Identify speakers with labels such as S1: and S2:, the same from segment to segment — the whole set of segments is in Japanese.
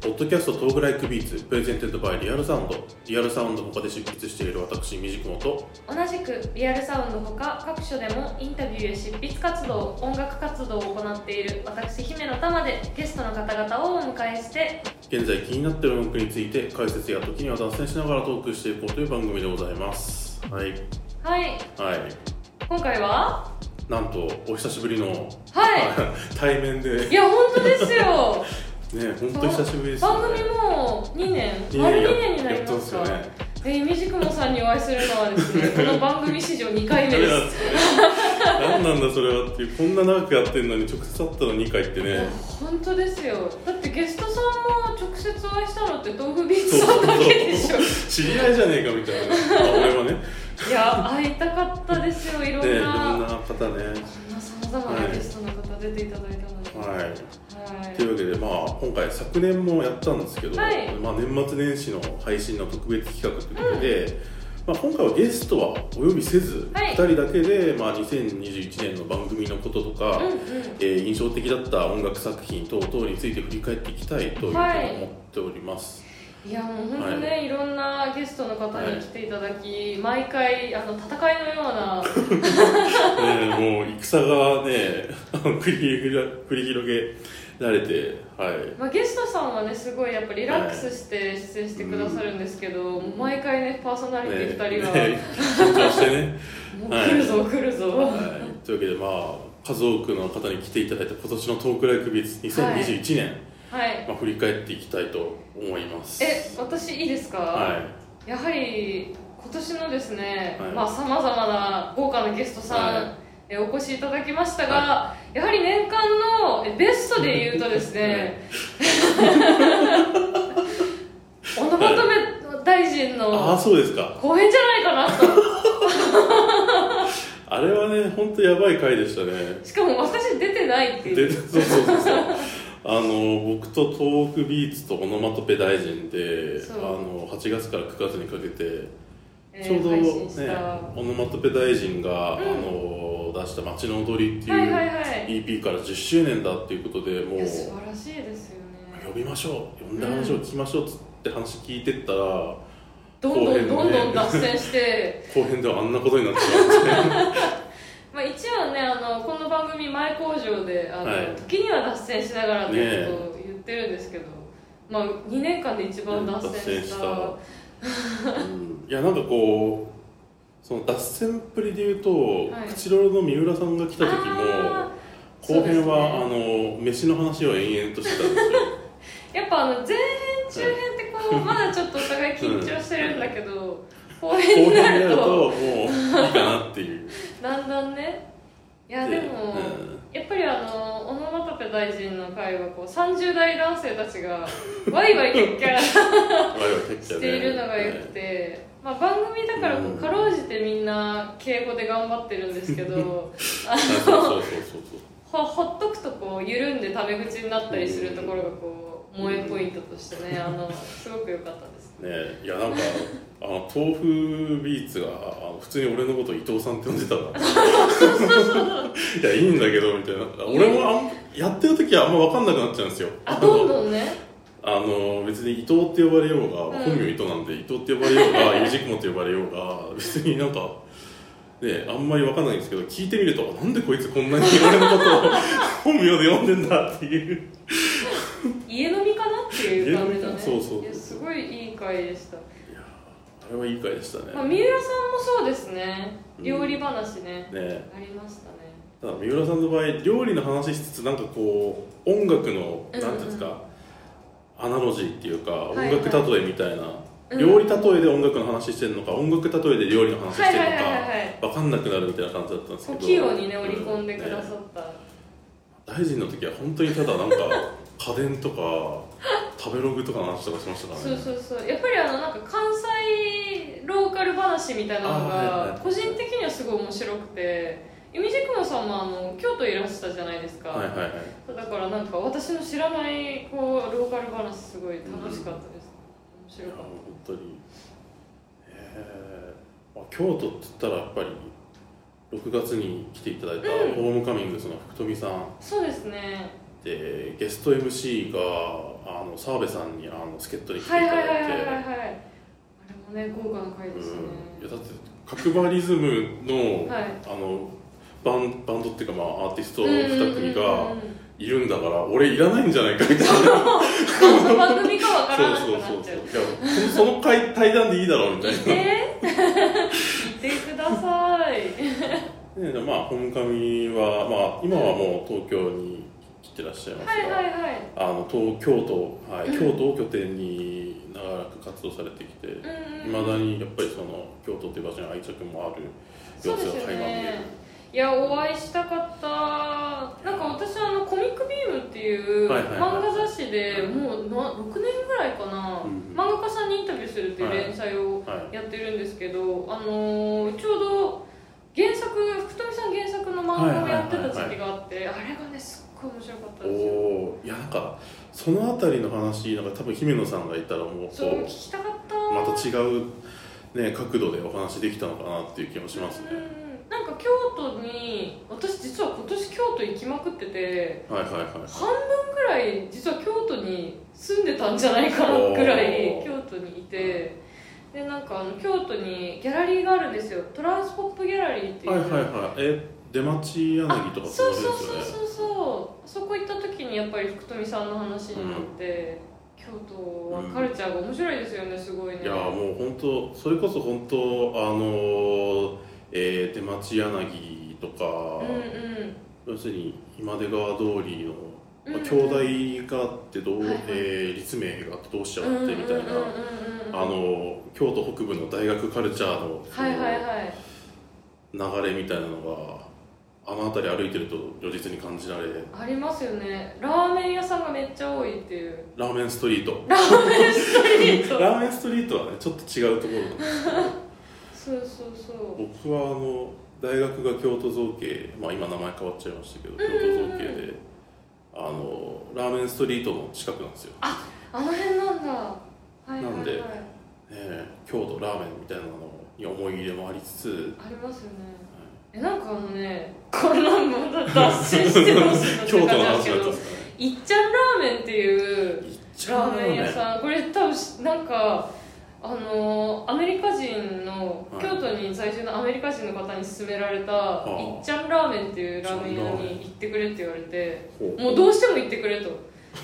S1: キャストトークライクビーツプレゼンテッドバイリアルサウンドリアルサウンド他で執筆している私みじくもと
S2: 同じくリアルサウンドほか各所でもインタビューや執筆活動音楽活動を行っている私姫の玉でゲストの方々をお迎えして
S1: 現在気になっている音楽について解説や時には脱線しながらトークしていこうという番組でございますはい
S2: はい
S1: はい
S2: 今回は
S1: なんとお久しぶりの
S2: は
S1: 対面で
S2: いいや本当ですよ
S1: ね本当久しぶりですね
S2: 番組もう2年
S1: いや
S2: 丸
S1: いや
S2: 2年になります
S1: やっ
S2: か
S1: てますよね
S2: でいみじくもさんにお会いするのはで すねこの番組史上2回目です
S1: 何なんだそれはっていうこんな長くやってんのに直接会ったの2回って
S2: い
S1: ね
S2: や本当ですよだってゲストさんも直接お会いしたのって豆腐ビーツ
S1: そう
S2: さ
S1: そ
S2: ん
S1: う
S2: だけでしょ
S1: 知り合いじゃねえかみたいなあ俺はねね
S2: いや会いたかったですよいろ
S1: い
S2: ん
S1: ろ
S2: なん
S1: な方ね
S2: こんなさまざまなゲストの方出ていただいたので、は
S1: はい
S2: い
S1: というわけで、まあ、今回昨年もやったんですけど、
S2: はい
S1: まあ、年末年始の配信の特別企画ということで、まあ、今回はゲストはお呼びせず、
S2: は
S1: 2
S2: い
S1: 人だけで、まあ、2021年の番組のこととか、
S2: うんうん
S1: えー印象的だった音楽作品等々について振り返っていきたいというふうに
S2: はい
S1: 思っております、
S2: いやもう本当ね、、
S1: はい
S2: ろんなゲストの方に来ていただき、毎回あの戦いのよう な
S1: えーもう戦がね 繰り広げ繰り広げられてはい
S2: まあゲストさんはねすごいやっぱリラックスして出演してくださるんですけど、毎回ねパーソナリティ2人は、
S1: ね緊張してね
S2: もう来るぞ、来るぞ、
S1: はい、というわけでまあ数多くの方に来ていただいた今年のトークライクビーツ2021年、
S2: はい
S1: まあ、振り返っていきたいと思います
S2: え私いいですか、
S1: は
S2: やはり今年のですね、
S1: はい
S2: まあさまざまな豪華なゲストさん、
S1: はい
S2: えお越しいただきましたが、やはり年間のえベストで言うとです ね、 オノマトメ大臣
S1: いああ
S2: の
S1: そうですか
S2: 公演じゃないかなと。
S1: あれはね本当やばい回でしたね
S2: しかも私出てないってい
S1: で
S2: う。
S1: そうそうそうそうあの僕とトークビーツとオノマトペ大臣であ
S2: そう
S1: の8月から9月にかけて
S2: えー
S1: ちょうどね
S2: 配信した、は
S1: オノマトペ大臣が、
S2: う
S1: あ
S2: ん
S1: の出した「街の踊り」っ
S2: い
S1: て
S2: はいいうはい。
S1: EP から10周年だっていうことでも
S2: いうや素晴らしいですよ
S1: 呼
S2: ね。
S1: びましょう呼んで話を聞きましょうっつって話聞いてったら、後
S2: どんどんどんど
S1: 後編のね
S2: ん脱線して。
S1: 編ではあんなことになってしまって
S2: まあ、一応ねあのこの番組前工場であの、
S1: はい
S2: 時には脱線しながらっ
S1: ね
S2: て
S1: え
S2: ことを言ってるんですけど、まあ、2年間で一番脱線した
S1: 脱うんいやなんかこうその脱線っぷりで言うと、
S2: はい
S1: 口ロロの三浦さんが来た時も
S2: あー
S1: 後編
S2: そ
S1: は、
S2: う
S1: あの飯の話を延々としてたんですよ
S2: ーやっぱあの前編中編ってこう、まだちょっとお互い緊張してるんだけど、後編
S1: 後
S2: にな
S1: 編にな
S2: る
S1: ると
S2: と
S1: もういいかなっていう
S2: だんだんねいや
S1: で
S2: で
S1: う
S2: も、
S1: ん
S2: やっぱりあのオノマトペ大臣の会はこう30代男性たちがワイワイキャッキ
S1: 我
S2: ャ
S1: 々結構ね
S2: しているのがよくて、まあ、番組だからこ
S1: うん
S2: うかろうじてみんな敬語で頑張ってるんですけ どあ
S1: はいそう
S2: の
S1: そうそうそうそう
S2: ほほっとくとこう緩んでタメ口になったりするところがこう萌えポイントとして ねあのすごく良かったです
S1: ねいやなんかあの豆腐ビーツがあの普通に俺のこと伊藤さんって呼んでた からいやいいんだけどみたいな俺もあんやってる時はあんま分かんなくなっちゃうんですよ
S2: あどんどんね
S1: あの別に伊藤って呼ばれようが、
S2: うん
S1: 本名伊藤なんで伊藤って呼ばれよう がゆじくもって呼ばれようが別になんかねあんまり分かんないんですけど聞いてみるとあなんでこいつこんなに俺のことを本名で呼んでんだっていう
S2: 家飲みかなっていう感じだ
S1: 家飲
S2: ね
S1: みかそうそう
S2: いやすごいいい会でした、
S1: あれはいい回でしたね、
S2: まあ、三浦さんもそうですね
S1: うん
S2: 料理話ね、
S1: ね
S2: ありましたね
S1: ただ三浦さんの場合料理の話しつつなんかこう音楽の
S2: うんうん
S1: なんていうんですか、アナロジーっていうか音
S2: いはい
S1: 楽例えみたいな、
S2: うん
S1: 料理例えで音楽の話してるのか音楽例えで料理の話してるのか、
S2: はいはいはいはい
S1: 分かんなくなるみたいな感じだったんですけ
S2: こ
S1: ど
S2: う器用にね織り込んでくだ
S1: う
S2: さ
S1: ね
S2: った、
S1: 大臣の時は本当にただなんか家電とか食べログとかの話とかしましたから
S2: そう
S1: ね
S2: そうそうやっぱりあのなんか関西ローカル話みたいなの
S1: あはいは
S2: が
S1: い
S2: 個人的にはすごい面白くて弓じくもさんもあの京都いらしたじゃないですか、
S1: はいはいはい
S2: だからなんか私の知らないこうローカル話すごい楽しかったです、
S1: いや
S2: 面白か
S1: もう
S2: っ
S1: 本当に、えーまあ、京都って言ったらやっぱり6月に来ていただいた
S2: うん
S1: ホームカミングスの福富さん
S2: たそうですね
S1: でゲスト MC があの澤部さんにあの助っ人に来ていた
S2: はいはいはいは
S1: だ
S2: い
S1: いて、
S2: はいはいあれもね豪華な回ですね、
S1: うん、いやだって角張リズムの,、
S2: はい
S1: あのバンバンドっていうか、まあ、アーティスト
S2: うん
S1: の
S2: うんうんうん
S1: 2組がいるんだから俺いらないんじゃないかみたいな
S2: 何の番組かわか
S1: そ
S2: ら
S1: う
S2: なく
S1: そう
S2: な
S1: そ
S2: っ
S1: う
S2: ち
S1: そ
S2: ゃ
S1: う
S2: う
S1: いやその回対談でいいだろうみたいな、ね
S2: えー、 いてください
S1: でまあ本上は、まあ、今はもう東京に来てらっしゃいますが、
S2: はいはいはい
S1: あの東京都、はい、京都を拠点に長らく活動されてきてい
S2: うん
S1: ま、
S2: うん
S1: 未だにやっぱりその京都っていう場所に愛着もある
S2: そうですよねいやお会いしたかったなんか私あのコミックビームっていう
S1: はいはいはい
S2: 漫画雑誌でもうな6年ぐらいかな、
S1: うん
S2: 漫画家さんにインタビューするっていう連載を
S1: はい
S2: やってるんですけど、あのーちょうど原作福富さん原作の漫画をやってた時期があって、あれがねすっごい面白かった
S1: お
S2: んですよ
S1: おーいやなんかその辺りの話なんか多分姫野さんがいたらもうこ
S2: そう聞
S1: う
S2: きたかった
S1: また違う、ね、角度でお話できたのかなっていう気もしますね
S2: うんなんか京都に私実は今年京都行きまくってて
S1: はいはいはい
S2: 半分ぐらい実は京都に住んでたんじゃないかなぐらい
S1: おー
S2: 京都にいてでなんかあの京都にギャラリーがあるんですよトランスポップギャラリーってい
S1: は
S2: う、
S1: いはいはいえ出町柳とか
S2: あ
S1: ってことです
S2: そ
S1: よ
S2: うそうそう
S1: ね
S2: そうそうそこ行った時にやっぱり福富さんの話になって、京都はカルチャーが面白いですよねすごいね
S1: いやもう本当それこそ本当あのーえー、出町柳とか、
S2: うんうん
S1: 要するに今出川通りの、
S2: うん
S1: ま
S2: うん
S1: あ、兄弟があってどう、
S2: はいはい
S1: えー立命があってどうしちゃってみたいな、
S2: うんうんうんうん
S1: あの京都北部の大学カルチャーのそ
S2: はいはいはい
S1: の流れみたいなのがあの辺り歩いてると如実に感じられ
S2: ありますよねラーメン屋さんがめっちゃ多いっていう
S1: ラーメンストリート
S2: ラーメンストリート
S1: ラーメンストリートはねちょっと違うところなんですけ
S2: そうそうそう
S1: ど僕はあの大学が京都造形まあ今名前変わっちゃいましたけど京
S2: うんうんう
S1: 都
S2: ん
S1: 造形であのラーメンストリートの近くなんですよ、ね
S2: あの辺なんだはいはい、はい、
S1: なんでえ京都ラーメンみたいなのに思い入れもありつつ
S2: ありますよねえなんかあのねこんなんもだ脱線してほしいなっ て
S1: 京都の
S2: 感じなんで
S1: 話に
S2: すけ
S1: なっちゃうん
S2: ど
S1: ですかね
S2: いっちゃんラーメンっていう
S1: いっちゃ
S2: ラ
S1: う
S2: ー
S1: よ
S2: メン屋
S1: ね
S2: さんこれ多分しなんかあのーアメリカ人の
S1: はい
S2: 京都に在住のアメリカ人の方に勧められた、
S1: あ
S2: いっちゃんラーメンっていうラーメ
S1: いっ
S2: ン屋
S1: ちゃんラーメ
S2: に行ってくれって言われて
S1: ほ
S2: もうどうしても行ってくれと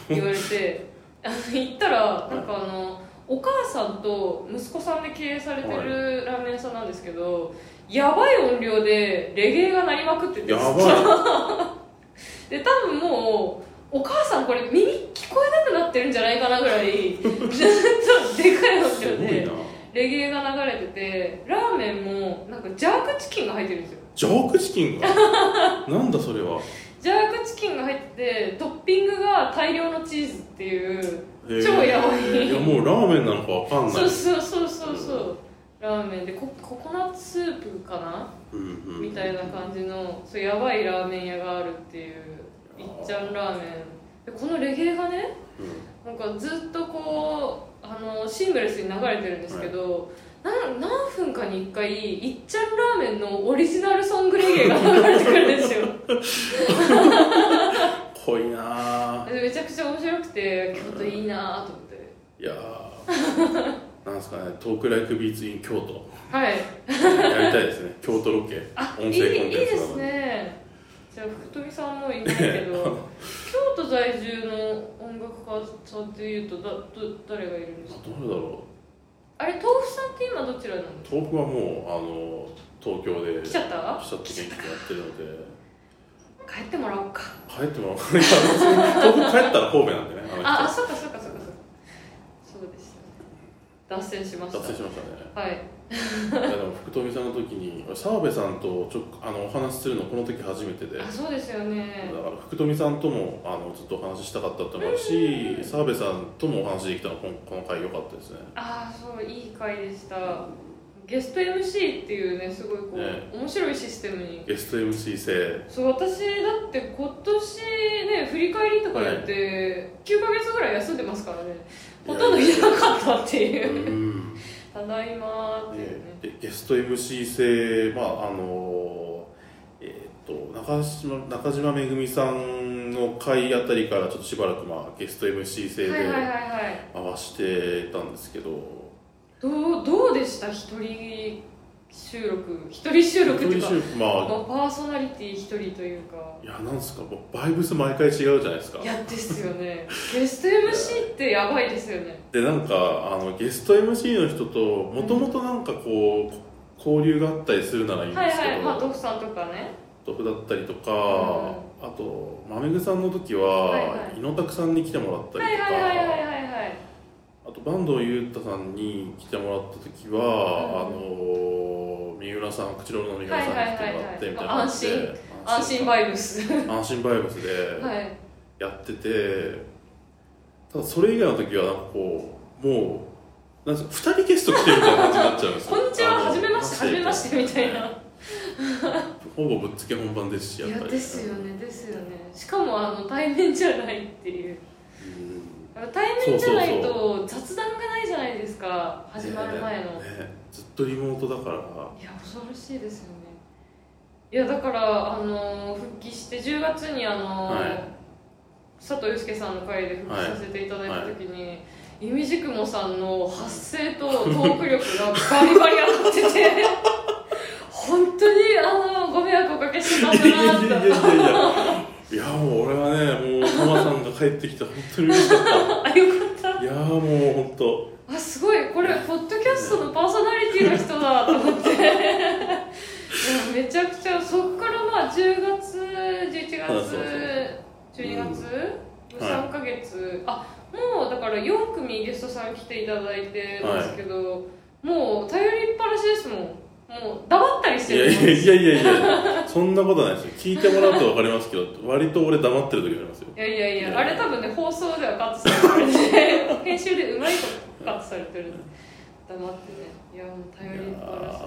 S2: 言われて あの行ったらなんかあのお母さんと息子さんで経営されてるラーメン屋さんなんですけどやばい音量でレゲエが鳴りまくってて
S1: やばい
S2: で多分もうお母さんこれ耳聞こえなくなってるんじゃないかなぐ らいずっとでかい音
S1: す
S2: 量
S1: ごい
S2: で
S1: な
S2: レゲエが流れててラーメンもなんかジャークチキンが入ってるんですよ
S1: ジャークチキ ンがなんだそれは
S2: ジャークチキンが入っててトッピングが大量のチーズっていう
S1: えー
S2: 超やばい
S1: いやもうラーメンなのかわかんな
S2: そう
S1: い
S2: そうそうそうそうラーメンでコココナッツスープかな
S1: うんうん
S2: みたいな感じのそうやばいラーメン屋があるっていういっちゃんラーメンでこのレゲエがね
S1: う
S2: なんかずっとこうあのシングルスに流れてるんですけど、なん何分かに1回いっちゃんラーメンのオリジナルソングレゲエが流れてくるんです よ
S1: ん濃いなぁ
S2: でめちゃくちゃ面白くて京都いいなと思って
S1: いやー なんですかねトークライクビーツイン京都
S2: はい
S1: やりたいですね 京都ロケ
S2: あい
S1: 音
S2: いいい
S1: 声コンテンツ
S2: で
S1: なの
S2: すねじゃあ福富さんもいないけど 京都在住の音楽家さんっていうとだど誰がいるんですか
S1: あどれだろ
S2: あれ豆腐さんって今どちらなの
S1: う豆腐はもうあの東京で
S2: 来ちゃった
S1: 来ちゃって元気でやってるので
S2: 帰ってもらおうか
S1: 帰ってもらおうかない や別に豆腐帰ったら神戸なんでねあの人
S2: ああそっかそっかそっかそっかそうでしたね脱線しました
S1: 脱線しましたね
S2: はい
S1: いやでも福富さんの時に澤部さんとちょあのお話しするのこの時初めてでだ
S2: あ
S1: か
S2: そうですよね
S1: ら福富さんともあのずっとお話ししたかったってのもあるし澤部さんともお話できたのこのこの回良かったですね
S2: ああそういい回でしたゲスト MC っていうねすごいこう、
S1: ね
S2: 面白いシステムに
S1: ゲスト MC 制
S2: そう私だって今年ね振り返りとかやって、9ヶ月ぐらい休んでますからねほとんどいなかったって
S1: う
S2: いう
S1: ん
S2: ただいまーっていうね
S1: ででゲスト MC 制まああのえーっと中島中島めぐみさんの回あたりからちょっとしばらくまあゲスト MC 制
S2: はいはい
S1: で
S2: はい
S1: 回してたんですけど、
S2: どうどうでした一人収録一人収録っていうか
S1: 収録ま
S2: まあ
S1: あ
S2: パーソナリティ一人という か
S1: いやなんですかもうバイブス毎回違うじゃないですか
S2: いやですよねゲスト MC ってやばいですよね
S1: でなんかあのゲスト MC の人ともともとなんかこう交流があったりするならいいん
S2: はい
S1: ですけ
S2: はい
S1: ど、
S2: まあドフさんとかね
S1: 豆腐だったりとか、あとまめぐさんの時は、
S2: はいはい
S1: 井野拓さんに来てもらったりとか、
S2: はいはいはいはいはいはい
S1: あと坂東裕太さんに来てもらった時は、あの三浦さん口論の三浦さんに来てもらってみたいな感じで、
S2: はいはい安心バイブ スは
S1: 安心バイブスで
S2: い
S1: やってて、ただそれ以外の時はなんかこうもうなんですか2人ゲスト来てるみたいな感じになっちゃうんですよ
S2: こんにちは
S1: あの
S2: はじめましてはじめましてみたいな
S1: ほぼぶっつけ本番ですし
S2: い
S1: やっ
S2: や
S1: ぱり
S2: ですよねですよねしかもあの対面じゃないっていう
S1: うん
S2: あの対面じゃないと雑談がないじゃないですか始まる前の、
S1: ねねずっとリモートだから
S2: いや恐ろしいですよねいやだからあの復帰して10月にあの、
S1: はい
S2: 佐藤祐介さんの回で復帰させていただいた時に、イミジクモさんの発声とトーク力がバリバリ上がってて 本当にあのご迷惑おかけしてたん
S1: いやいやいや
S2: だなっ
S1: い
S2: て
S1: やいやいやもう俺はねもうママさんが帰ってきて本当に嬉しかっ
S2: あよかった
S1: たいやもう本当
S2: あすごいこれポッドキャストのパーソナリティの人だと思って いやめちゃくちゃそこからまあ10月11月
S1: そうそうそう
S2: 12月、
S1: うん
S2: 3ヶ月、あもうだから4組ゲストさん来ていただいてるんですけど、もう頼りっぱなしですもんもう黙ったりし
S1: い
S2: て
S1: や
S2: る
S1: い
S2: もん
S1: やいやいやいやそんなことないですよ聞いてもらうと分かりますけど割と俺黙ってる時ありますよ
S2: いやいやい
S1: い
S2: や、
S1: や
S2: あれ多分ね、放送ではカットされてるんで、編集でうまいことカットされてるんで、黙ってね、いや、もう頼りっぱなしです。い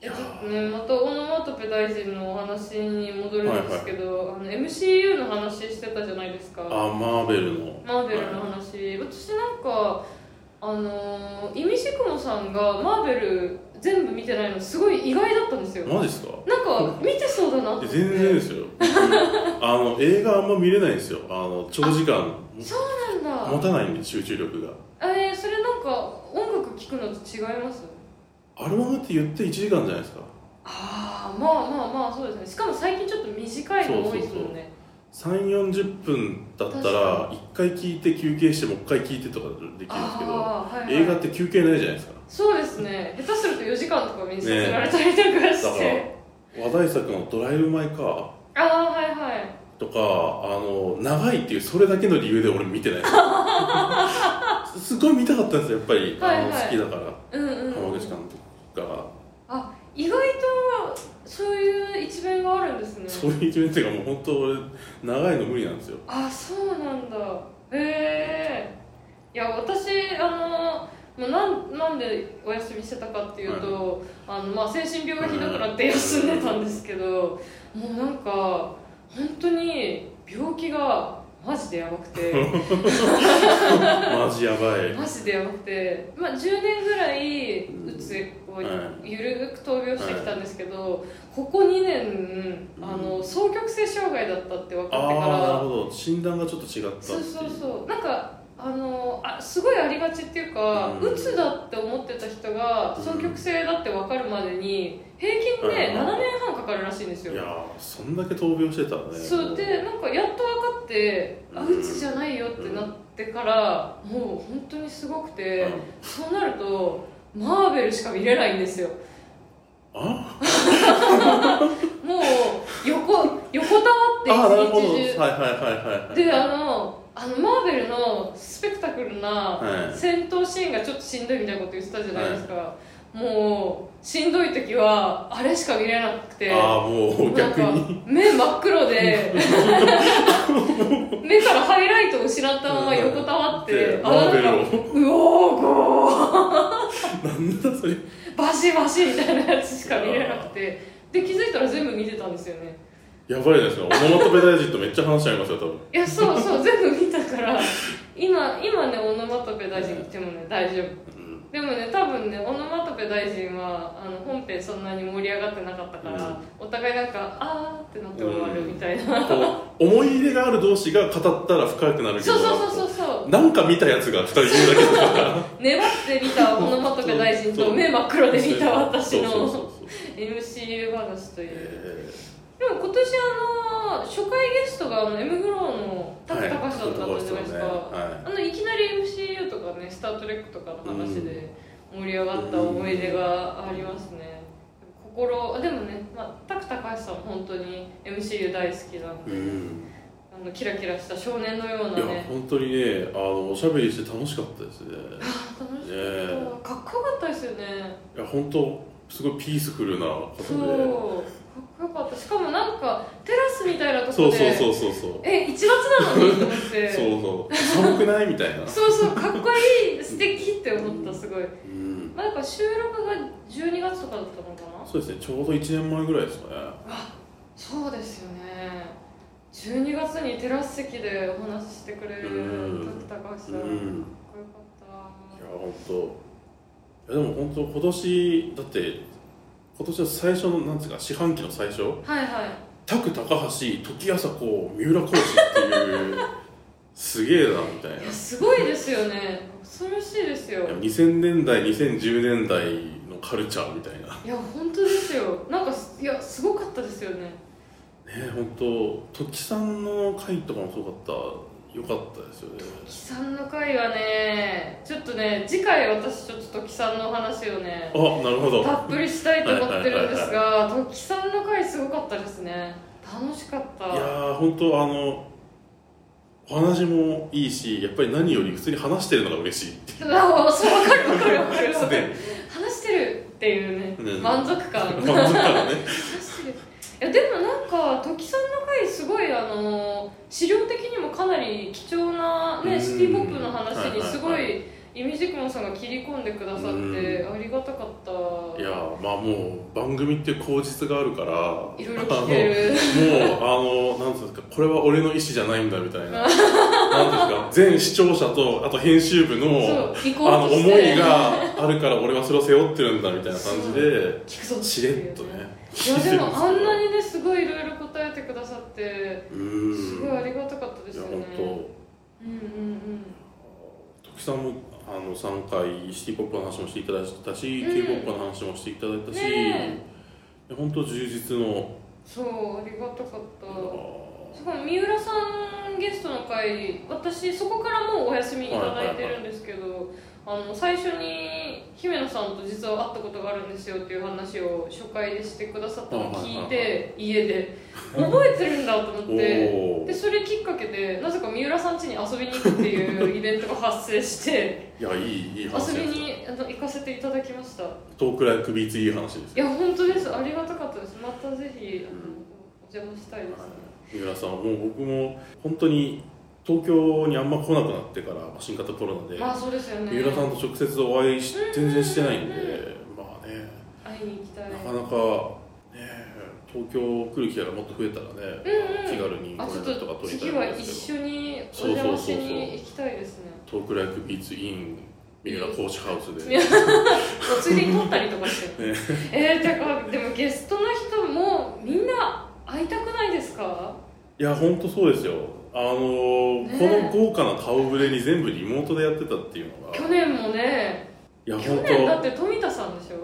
S1: い
S2: や
S1: やー
S2: ちょっとね、またオノマトペ大臣のお話に戻るんですけど、あの MCU の話してたじゃないですか、
S1: あマーベルの
S2: マーベルの話、私なんか、あのー、イミシクモさんがマーベル全部見てないの、すごい意外だったんですよ。
S1: マジですか
S2: なんか、見てそうだなと思っ
S1: え
S2: て。
S1: 全然ですよあの映画あんま見れないんですよあの長時間
S2: そうなんだ。
S1: 持たないんで集中力が
S2: えー、それなんか音楽聴くのと違います
S1: アルバムって言って1時間じゃないですか
S2: ああまあまあまあそうですねしかも最近ちょっと短いの多いですもんね
S1: 3四4 0分だったら1回聞いて休憩してもう1回聞いてとかできるんですけど
S2: ああーはい、はい、
S1: 映画って休憩ないじゃないですか
S2: そうですね下手すると4時間とか見させられたりとか
S1: だ
S2: して、
S1: から話題作の「ドライブ・マイ・カー
S2: ああはいはい」
S1: とかあの長いっていうそれだけの理由で俺見て ないですすごい見たかったんですよやっぱり、
S2: はい
S1: あ
S2: はい
S1: の好きだから
S2: うんうん、
S1: 浜口監督が、
S2: あ意外とそういう一面があるんですね
S1: そういう一面っていうかもう本当俺長いの無理なんですよ
S2: あそうなんだへえいや私あのもうなんなんでお休みしてたかっていうと、あのまあ、精神病がひどくなって休んでたんですけど、もうなんか本当に病気がマジでやばくて
S1: マジやばい
S2: マジでやばくて、まあ、10年ぐらいうつを
S1: は
S2: ゆるく闘病してきたんですけど、ここ2年あの双極性障害だったって分かってか
S1: ああ
S2: ら
S1: なるほど診断がちょっと違ったってい
S2: そうそうそうなんかあのあすごいありがちっていうか、
S1: うん
S2: うつだって思ってた人が
S1: うん
S2: 双極性だって分かるまでに平均
S1: はいはい
S2: で7年半かかるらしいんですよ、
S1: やーそんだけ闘病してたらね
S2: そうでなんかやっと分かってあ
S1: うん
S2: うつじゃないよってなってから、もう本当にすごくて、
S1: うん
S2: そうなるとマーベルしか見れないんですよ
S1: あ
S2: もう横横たわって
S1: あーなるほ
S2: 一
S1: どはい
S2: 日中
S1: はいはいはい
S2: であのあのマーベルのスペクタクルな
S1: はい
S2: 戦闘シーンがちょっとしんどいみたいなこと言ってたじゃないですか、もうしんどい時はあれしか見れなくて
S1: ああもう
S2: なん
S1: 逆
S2: か
S1: に
S2: 目真っ 黒で目からハイライトを失ったまま横たわって
S1: で
S2: あ
S1: マーベル
S2: な
S1: を
S2: んかうおーゴー
S1: なんだそれ
S2: バシバシみたいなやつしか見れなくてで気づいたら全部見てたんですよね
S1: やばいですよオノマトペ大臣とめっちゃ話し合いますよ多分
S2: いやそうそう全部見たから今今ねオノマトペ大臣来てもね大丈夫
S1: うん
S2: でもね多分ねオノマトペ副大臣はあの本編そんなに盛り上がってなかったから、
S1: うん
S2: お互いなんかあーってなって終わるみたいな、
S1: こう思い入れがある同士が語ったら深くなるけど
S2: そうそうそうそうそう
S1: なんか見たやつが2人いるだ けだから
S2: 粘って見た小野副大臣と目真っ黒で見た
S1: そ
S2: 私
S1: うそうそう
S2: の
S1: そう
S2: MCU 話という
S1: え
S2: でも今年あの初回ゲストがあの M グローの
S1: ー
S2: タクタカシだったじゃないですか、
S1: は
S2: あのいきなり MCU とかね「スター・トレック」とかの話で盛り上がった思い出がありますね、心でもね、まあ、タクタカシさんも本当に MCU 大好きなん
S1: い
S2: で、
S1: うん
S2: あのキラキラした少年のようない
S1: や
S2: ね
S1: 本当にねあのおしゃべりして楽しかったですね
S2: 楽しかった、
S1: え
S2: かっこよかったですよね
S1: いや本当すごいピースフルな方で
S2: そうかっこよかったしかもなんかテラスみたいなとこ
S1: そ
S2: ろ
S1: う
S2: で
S1: そうそうそうそう
S2: え1月なのにと思っ て
S1: そうそう寒くないみたいな
S2: そうそうかっこいい素敵って思ったすごい、
S1: うん
S2: まあ、なんか収録が12月とかだったのかな
S1: そうですねちょうど1年前ぐらいですかね
S2: そうですよね12月にテラス席でお話ししてくれる
S1: うん
S2: 高橋さ、
S1: うんん
S2: かっこよかっ
S1: いや本当いやでも本当今年だって今年は最初のなんつうか四半期の最初
S2: たはいはい
S1: タク高橋時朝子三浦浩司っていうすげえなみ たいない
S2: やすごいですよね恐ろしいですよ
S1: 2000年代2010年代のカルチャーみたいなね
S2: いや本当ですよなんかすいやすごかったですよね
S1: 本当時さんの回とかもすごかった良かったですよね
S2: 木さんの回はねちょっとね次回私ちょっと木さんのお話をね
S1: あなるほど
S2: たっぷりしたいと思ってるんです
S1: はい
S2: が時さんの回すごかったですね楽しかっ
S1: いや
S2: た
S1: ー本当あのお話もいいしやっぱり何より普通に話してるのが嬉しいっていう
S2: うわ そう分かる分かる分かる分
S1: す
S2: か
S1: で
S2: る話してるっていうね、
S1: うん
S2: 満足 感
S1: に
S2: 話
S1: 満足感ね
S2: してるいやでもなんか時さんの回すごいあの資料的にもかなり貴重な、
S1: う
S2: ね、
S1: ん
S2: シティ・ポップの話
S1: はいはい
S2: に
S1: はい
S2: すごいイミジクモンさんが切り込んでくださって
S1: う
S2: ありがたかった
S1: いやーまあもう番組っていう口実があるから
S2: いろいろ聞ける
S1: あのもうあのなんていうんですかこれは俺の意思じゃないんだみたいななんていうんですか全視聴者とあと編集部 の
S2: そう移
S1: あ
S2: 行
S1: の
S2: とし
S1: 思
S2: て
S1: いがあるから俺はそれを背負ってるんだみたいな感じで
S2: 聞くぞ
S1: しれっとね
S2: い やでもあんなにねすごいいろいろ答えてくださって
S1: うーん
S2: すごいありがたかったです
S1: いや
S2: よね
S1: 本
S2: うんうん
S1: 当徳さんもあの3回シティ・ポップの話もしていただいたし、
S2: うん
S1: k p o p の話もしていただいたし、
S2: ね
S1: いや本当充実の
S2: そうありがたかっ
S1: あ
S2: た
S1: ー
S2: しかも三浦さんゲストの回私そこからもうお休みいただいてるんですけど、あの最初に姫野さんと実は会ったことがあるんですよっていう話を初回でしてくださったのを聞い
S1: はいはい
S2: て家で覚えてるんだと思っ
S1: お
S2: て。
S1: お
S2: でそれきっかけでなぜか三浦さん家に遊びに行くっていうイベントが発生して
S1: いやいいいい話
S2: 遊
S1: で
S2: び
S1: す
S2: にあの行かせていただきましたい
S1: トークライクビーツいい話です
S2: や本当ですありがたかったですまたぜひあ
S1: う
S2: の
S1: ん
S2: お邪魔したいですね
S1: 三浦さんはもう僕も本当に東京にあんま来なくなってからまあ新型コロナで、
S2: まあそうですよね
S1: 三浦さんと直接お会いし
S2: うん
S1: 全然してないんで、まあね
S2: 会いに行きたい
S1: なかなかね東京来る機会がもっと増えたらね、
S2: うんうん
S1: 気軽に
S2: あちょっ
S1: 連絡とか
S2: と
S1: 取りた
S2: 次
S1: い
S2: は
S1: んで
S2: 一
S1: す
S2: 緒にお邪魔しに行きたいですね
S1: けどトークライクビーツイン三浦講師ハウス
S2: い
S1: で
S2: やおついでに撮ったりとかして、
S1: ね
S2: えー、だからでもゲストの人もみんな会いたくないですか
S1: いや本当そうですよあのー
S2: ね
S1: この豪華な顔ぶれに全部リモートでやってたっていうのが
S2: 去年もね
S1: いや
S2: 去
S1: 本
S2: 年
S1: 当
S2: だって富田さんでしょ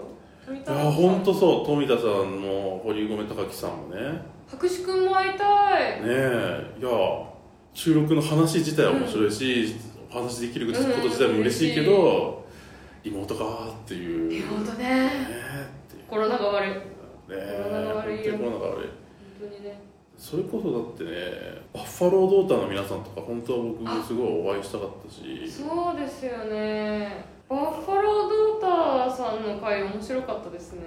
S2: 富
S1: い
S2: 田
S1: や
S2: さん
S1: 本当そう富田さんも堀米貴樹さんもねね
S2: 白紙くんも会いたい
S1: えいや収録の話自体は面白いし、お話できること自体も嬉しいけど、リモートかーっていう
S2: リ
S1: ね
S2: モートね
S1: えって
S2: コロナが悪い本
S1: ね
S2: コロナが悪い
S1: 本当
S2: よ
S1: にコロナが悪い
S2: 当にね
S1: それこそだってねバッファロードーターの皆さんとか本当は僕
S2: あ
S1: すごいお会いしたかったし
S2: そうですよねバッファロードーターさんの回面白かったですね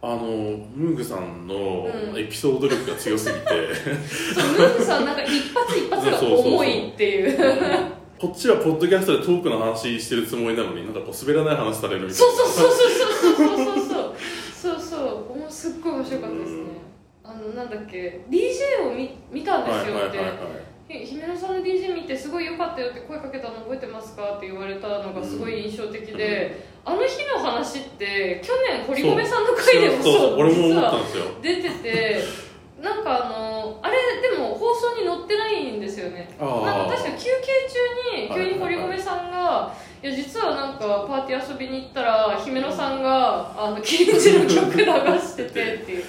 S1: あのムーグさんの
S2: うん
S1: エピソード力が強すぎて、
S2: そうムーンさんなんか一発一発が重いっていう
S1: こっちはポッドキャストでトークの話してるつもりなのになんかこう滑らない話されるみたいな
S2: そうそうそうそうそうそうそうそうそうそうもうすっごい面白かったですねあのなんだっけ DJ を見見たんですよっ
S1: は
S2: て
S1: いはいはいはい
S2: え姫野さんの DJ 見てすごい良かったよって声かけたの覚えてますかって言われたのがすごい印象的で、あの日の話って去年堀米さんの回でも
S1: そう
S2: そう
S1: 俺も
S2: 実
S1: 思った
S2: は
S1: んですよ
S2: 出ててなんかあのあれでも放送に載ってないんですよねなん
S1: あ
S2: か確か休憩中
S1: はい
S2: に急に堀米さんが「いや実はなんかパーティー遊びに行ったら姫野さんがあのケンジの曲流してて」っていう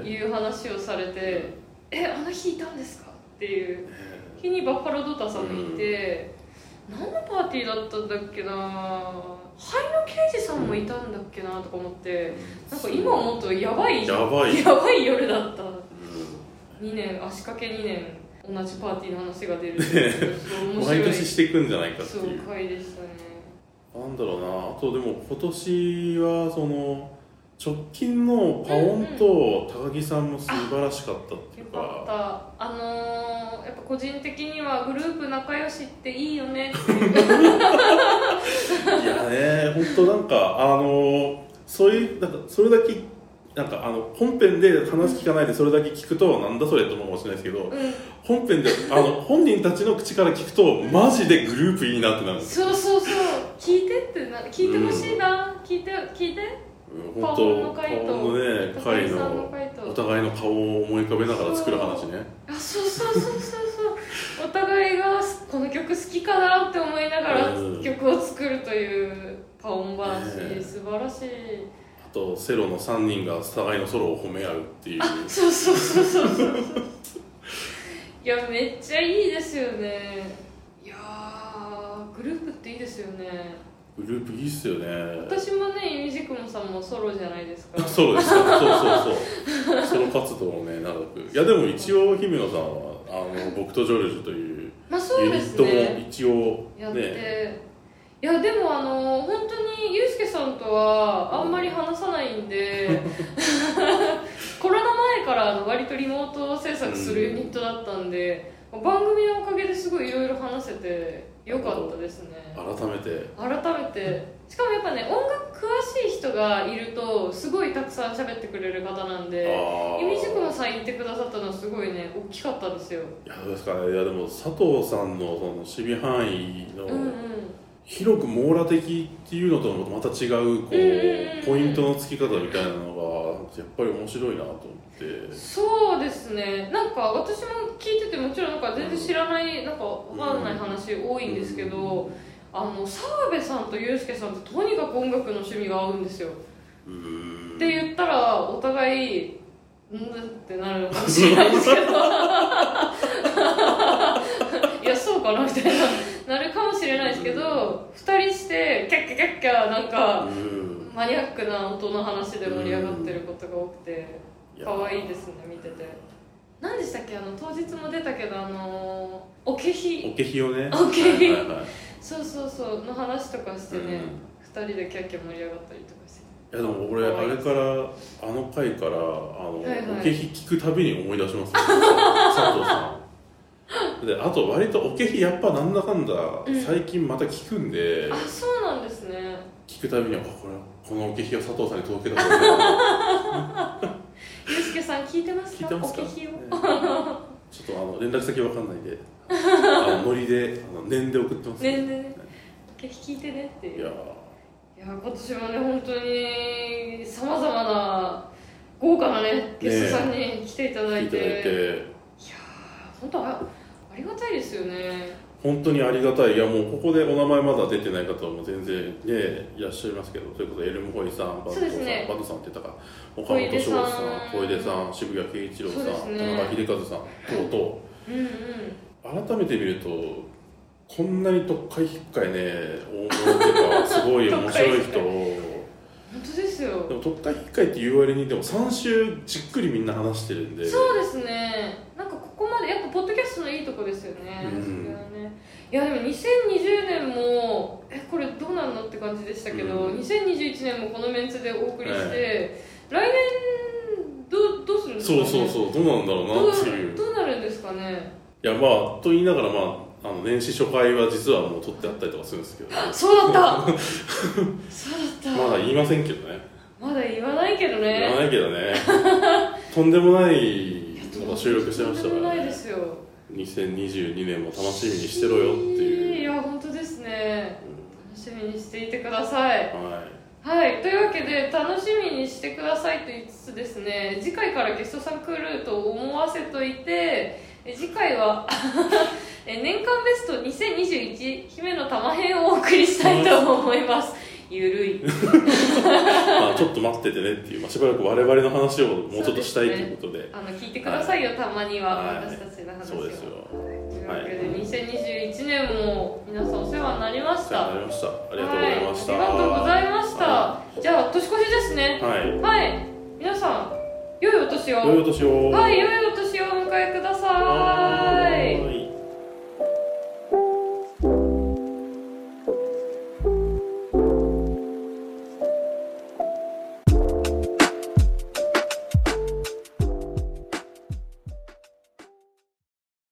S1: あで、
S2: いう話をされて「えあの日いたんですか?」っていう日にバッファロードータさんもいて、何のパーティーだったんだっけな灰野刑事さんもいたんだっけなとか思ってなんか今思うとやばい
S1: やばい、うん、
S2: やばい夜だった2年足掛け2年同じパーティーの話が出 るっていう面白い
S1: 毎年していくんじゃないかって
S2: そ
S1: いうう
S2: 回でしたね
S1: なんだろうなあとでも今年はその直近のパオンと高木さんも素晴らしかったってい
S2: よ
S1: うか
S2: かったあのー、やっぱ個人的にはグループ仲良しっていいよねっていう
S1: いやね本当なんかあのそういうなんかそれだけなんかあの本編で話聞かないでそれだけ聞くとなんだそれと思うかもしれないですけど
S2: うん
S1: 本編であの本人たちの口から聞くとマジでグループいいなってなるんです
S2: そうそうそう聞いてってな聞いてほしいな、聞いて聞いて
S1: うん本当
S2: パオンの回と
S1: パオンのね
S2: 高
S1: 回
S2: 木さんの
S1: の
S2: 回
S1: お
S2: と
S1: 互いの顔を思い浮かべながら作る話ね
S2: あそうそうそうそうそうお互いがこの曲好きかなって思いながら
S1: うん
S2: 曲を作るというパオン話、
S1: ねえ
S2: 素晴らしい
S1: あとセロの3人が互いのソロを褒め合うって いう
S2: あそうそうそうそうそういやめっちゃいいですよねいやーグループっていいですよね
S1: グループいいっすよね
S2: 私もねイミジクモさんもソロじゃな いですか
S1: ソロですよそうそうそうソロ活動をね長くいやでも一応姫野さんはあの僕とジョルジュという
S2: まあそう
S1: ユニッ
S2: です
S1: トも
S2: ね
S1: 一応
S2: やって、
S1: ね
S2: いやでもあの本当にユースケさんとはあんまり話さない んでコロナ前からあの割とリモート制作するユニットだったんで、番組のおかげですごいいろいろ話せてよかったですね
S1: 改めて
S2: 改めてしかもやっぱね音楽詳しい人がいるとすごいたくさん喋ってくれる方なんで
S1: ああ
S2: イミジクモさん言ってくださったのはすごいね大きかったですよ
S1: いやどうですかねいやでも佐藤さんのその守備範囲の、
S2: うんうん
S1: 広く網羅的っていうのとまた違うこう、
S2: うんうんうん
S1: ポイントのつき方みたいなのがやっぱり面白いなと思って
S2: そうですねなんか私も聞いててもちろんなんか全然知らないなんか分からない話多いんですけど、あの澤部さんとユースケさんってとにかく音楽の趣味が合うんですよ、
S1: うーん
S2: って言ったらお互いんってなるのかもしれない ですけどいやそうかなみたいななるかもしれないですけど2人してキャッキャキャッキャなんか
S1: うん
S2: マニアックな音の話で盛り上がってることが多くて。
S1: や
S2: 可愛いですね見てて何でしたっけあの当日も出たけどあのーおけひ
S1: おけひをね
S2: おけひ
S1: はいはいはい
S2: そうそうそうの話とかしてね、
S1: うん
S2: 二人でキャッキャ盛り上がったりとかし
S1: い
S2: て
S1: やでも俺あれからあの回からあの、
S2: はいはい
S1: おけひ聞くたびに思い出し ます、ね、佐藤さんであと割とおけひやっぱなんだかんだ
S2: うん
S1: 最近また聞くんで、
S2: あそうなんですね
S1: 聞くたびにあこれこのおけひを佐藤さんに届けたことだ な
S2: ゆうすけさん聞いてます
S1: 聞い
S2: か
S1: てますか
S2: おけひを
S1: ねちょっとあの連絡先わかんないんであのノリであの念で送ってます、
S2: ねんでねおけひ聞いてねってい
S1: いう
S2: い
S1: や
S2: や
S1: ー
S2: 今年もね本当にさまざまな豪華なねゲストさんに来ていただ
S1: 聞
S2: い
S1: いて
S2: て、
S1: いただいて
S2: いやー本当あありがたいですよね
S1: 本当にありがたい、いやもうここでお名前まだ出てない方も全然、ね、いらっしゃいますけど、ということで、エルムホイさん、バンドさ、
S2: そうんですね
S1: バンドさんって言ったか、岡
S2: 小
S1: 本
S2: 出
S1: 翔
S2: さん
S1: さん、小出さん、渋谷慶一郎さ、
S2: そうんです
S1: 田中
S2: ね
S1: 秀和さん等
S2: うんうん
S1: 々、改めて見ると、こんなに特会引っかいね、大物とか、すごい面白い人 を、
S2: 本当ですよ
S1: でも特会引っかいって言う割に、でも3週じっくりみんな話してるんで、
S2: そうですねなんかここまでやっぱポッドキャストのいいとこですよね、
S1: うん
S2: それはねいやでも2020年もえこれどうなんのって感じでしたけど、
S1: うん
S2: 2021年もこのメンツでお送りして、来年どうどうするんですか、
S1: そ
S2: ね、
S1: うそうそう、どうなんだろ
S2: ど
S1: う
S2: う
S1: なっていう。
S2: どうなるんですかね
S1: いやまあと言いながらまああの年始初回は実はもう撮ってあったりとかするんですけど
S2: あそうだ ったそうだ
S1: ま
S2: っ
S1: だ言いませんけどね
S2: たまだ言わないけ
S1: 言
S2: ど
S1: わ
S2: ね
S1: ないけどねとんでもない
S2: いや
S1: のが収録してました
S2: とんで
S1: か
S2: もな
S1: ら
S2: い
S1: ね
S2: ですよ
S1: 2022年も楽しみにしてろよっていう、
S2: いや本当ですね楽しみにしていてください
S1: うんはい
S2: はいというわけで楽しみにしてくださいと言いつつですね次回からゲストさん来ると思わせといてえ次回は え年間ベスト2021姫の玉編をお送りしたいと思いますゆるい
S1: まあ、ちょっと待っててねっていう、まあ、しばらく我々の話をもうちょっとしたいということで
S2: あの聞いてくださいよ、たまには、
S1: はい
S2: 私たちの話を
S1: そうですよ
S2: というわけで、2021年も皆さんお世話になりまし
S1: さよ
S2: た
S1: なりましたありがとうございました、
S2: はい、ありがとうございました、
S1: は
S2: じゃあ年越しですね
S1: はい
S2: はい、皆さん良いお年を
S1: 良いお年を
S2: はい良いお年をお迎えください
S1: はーい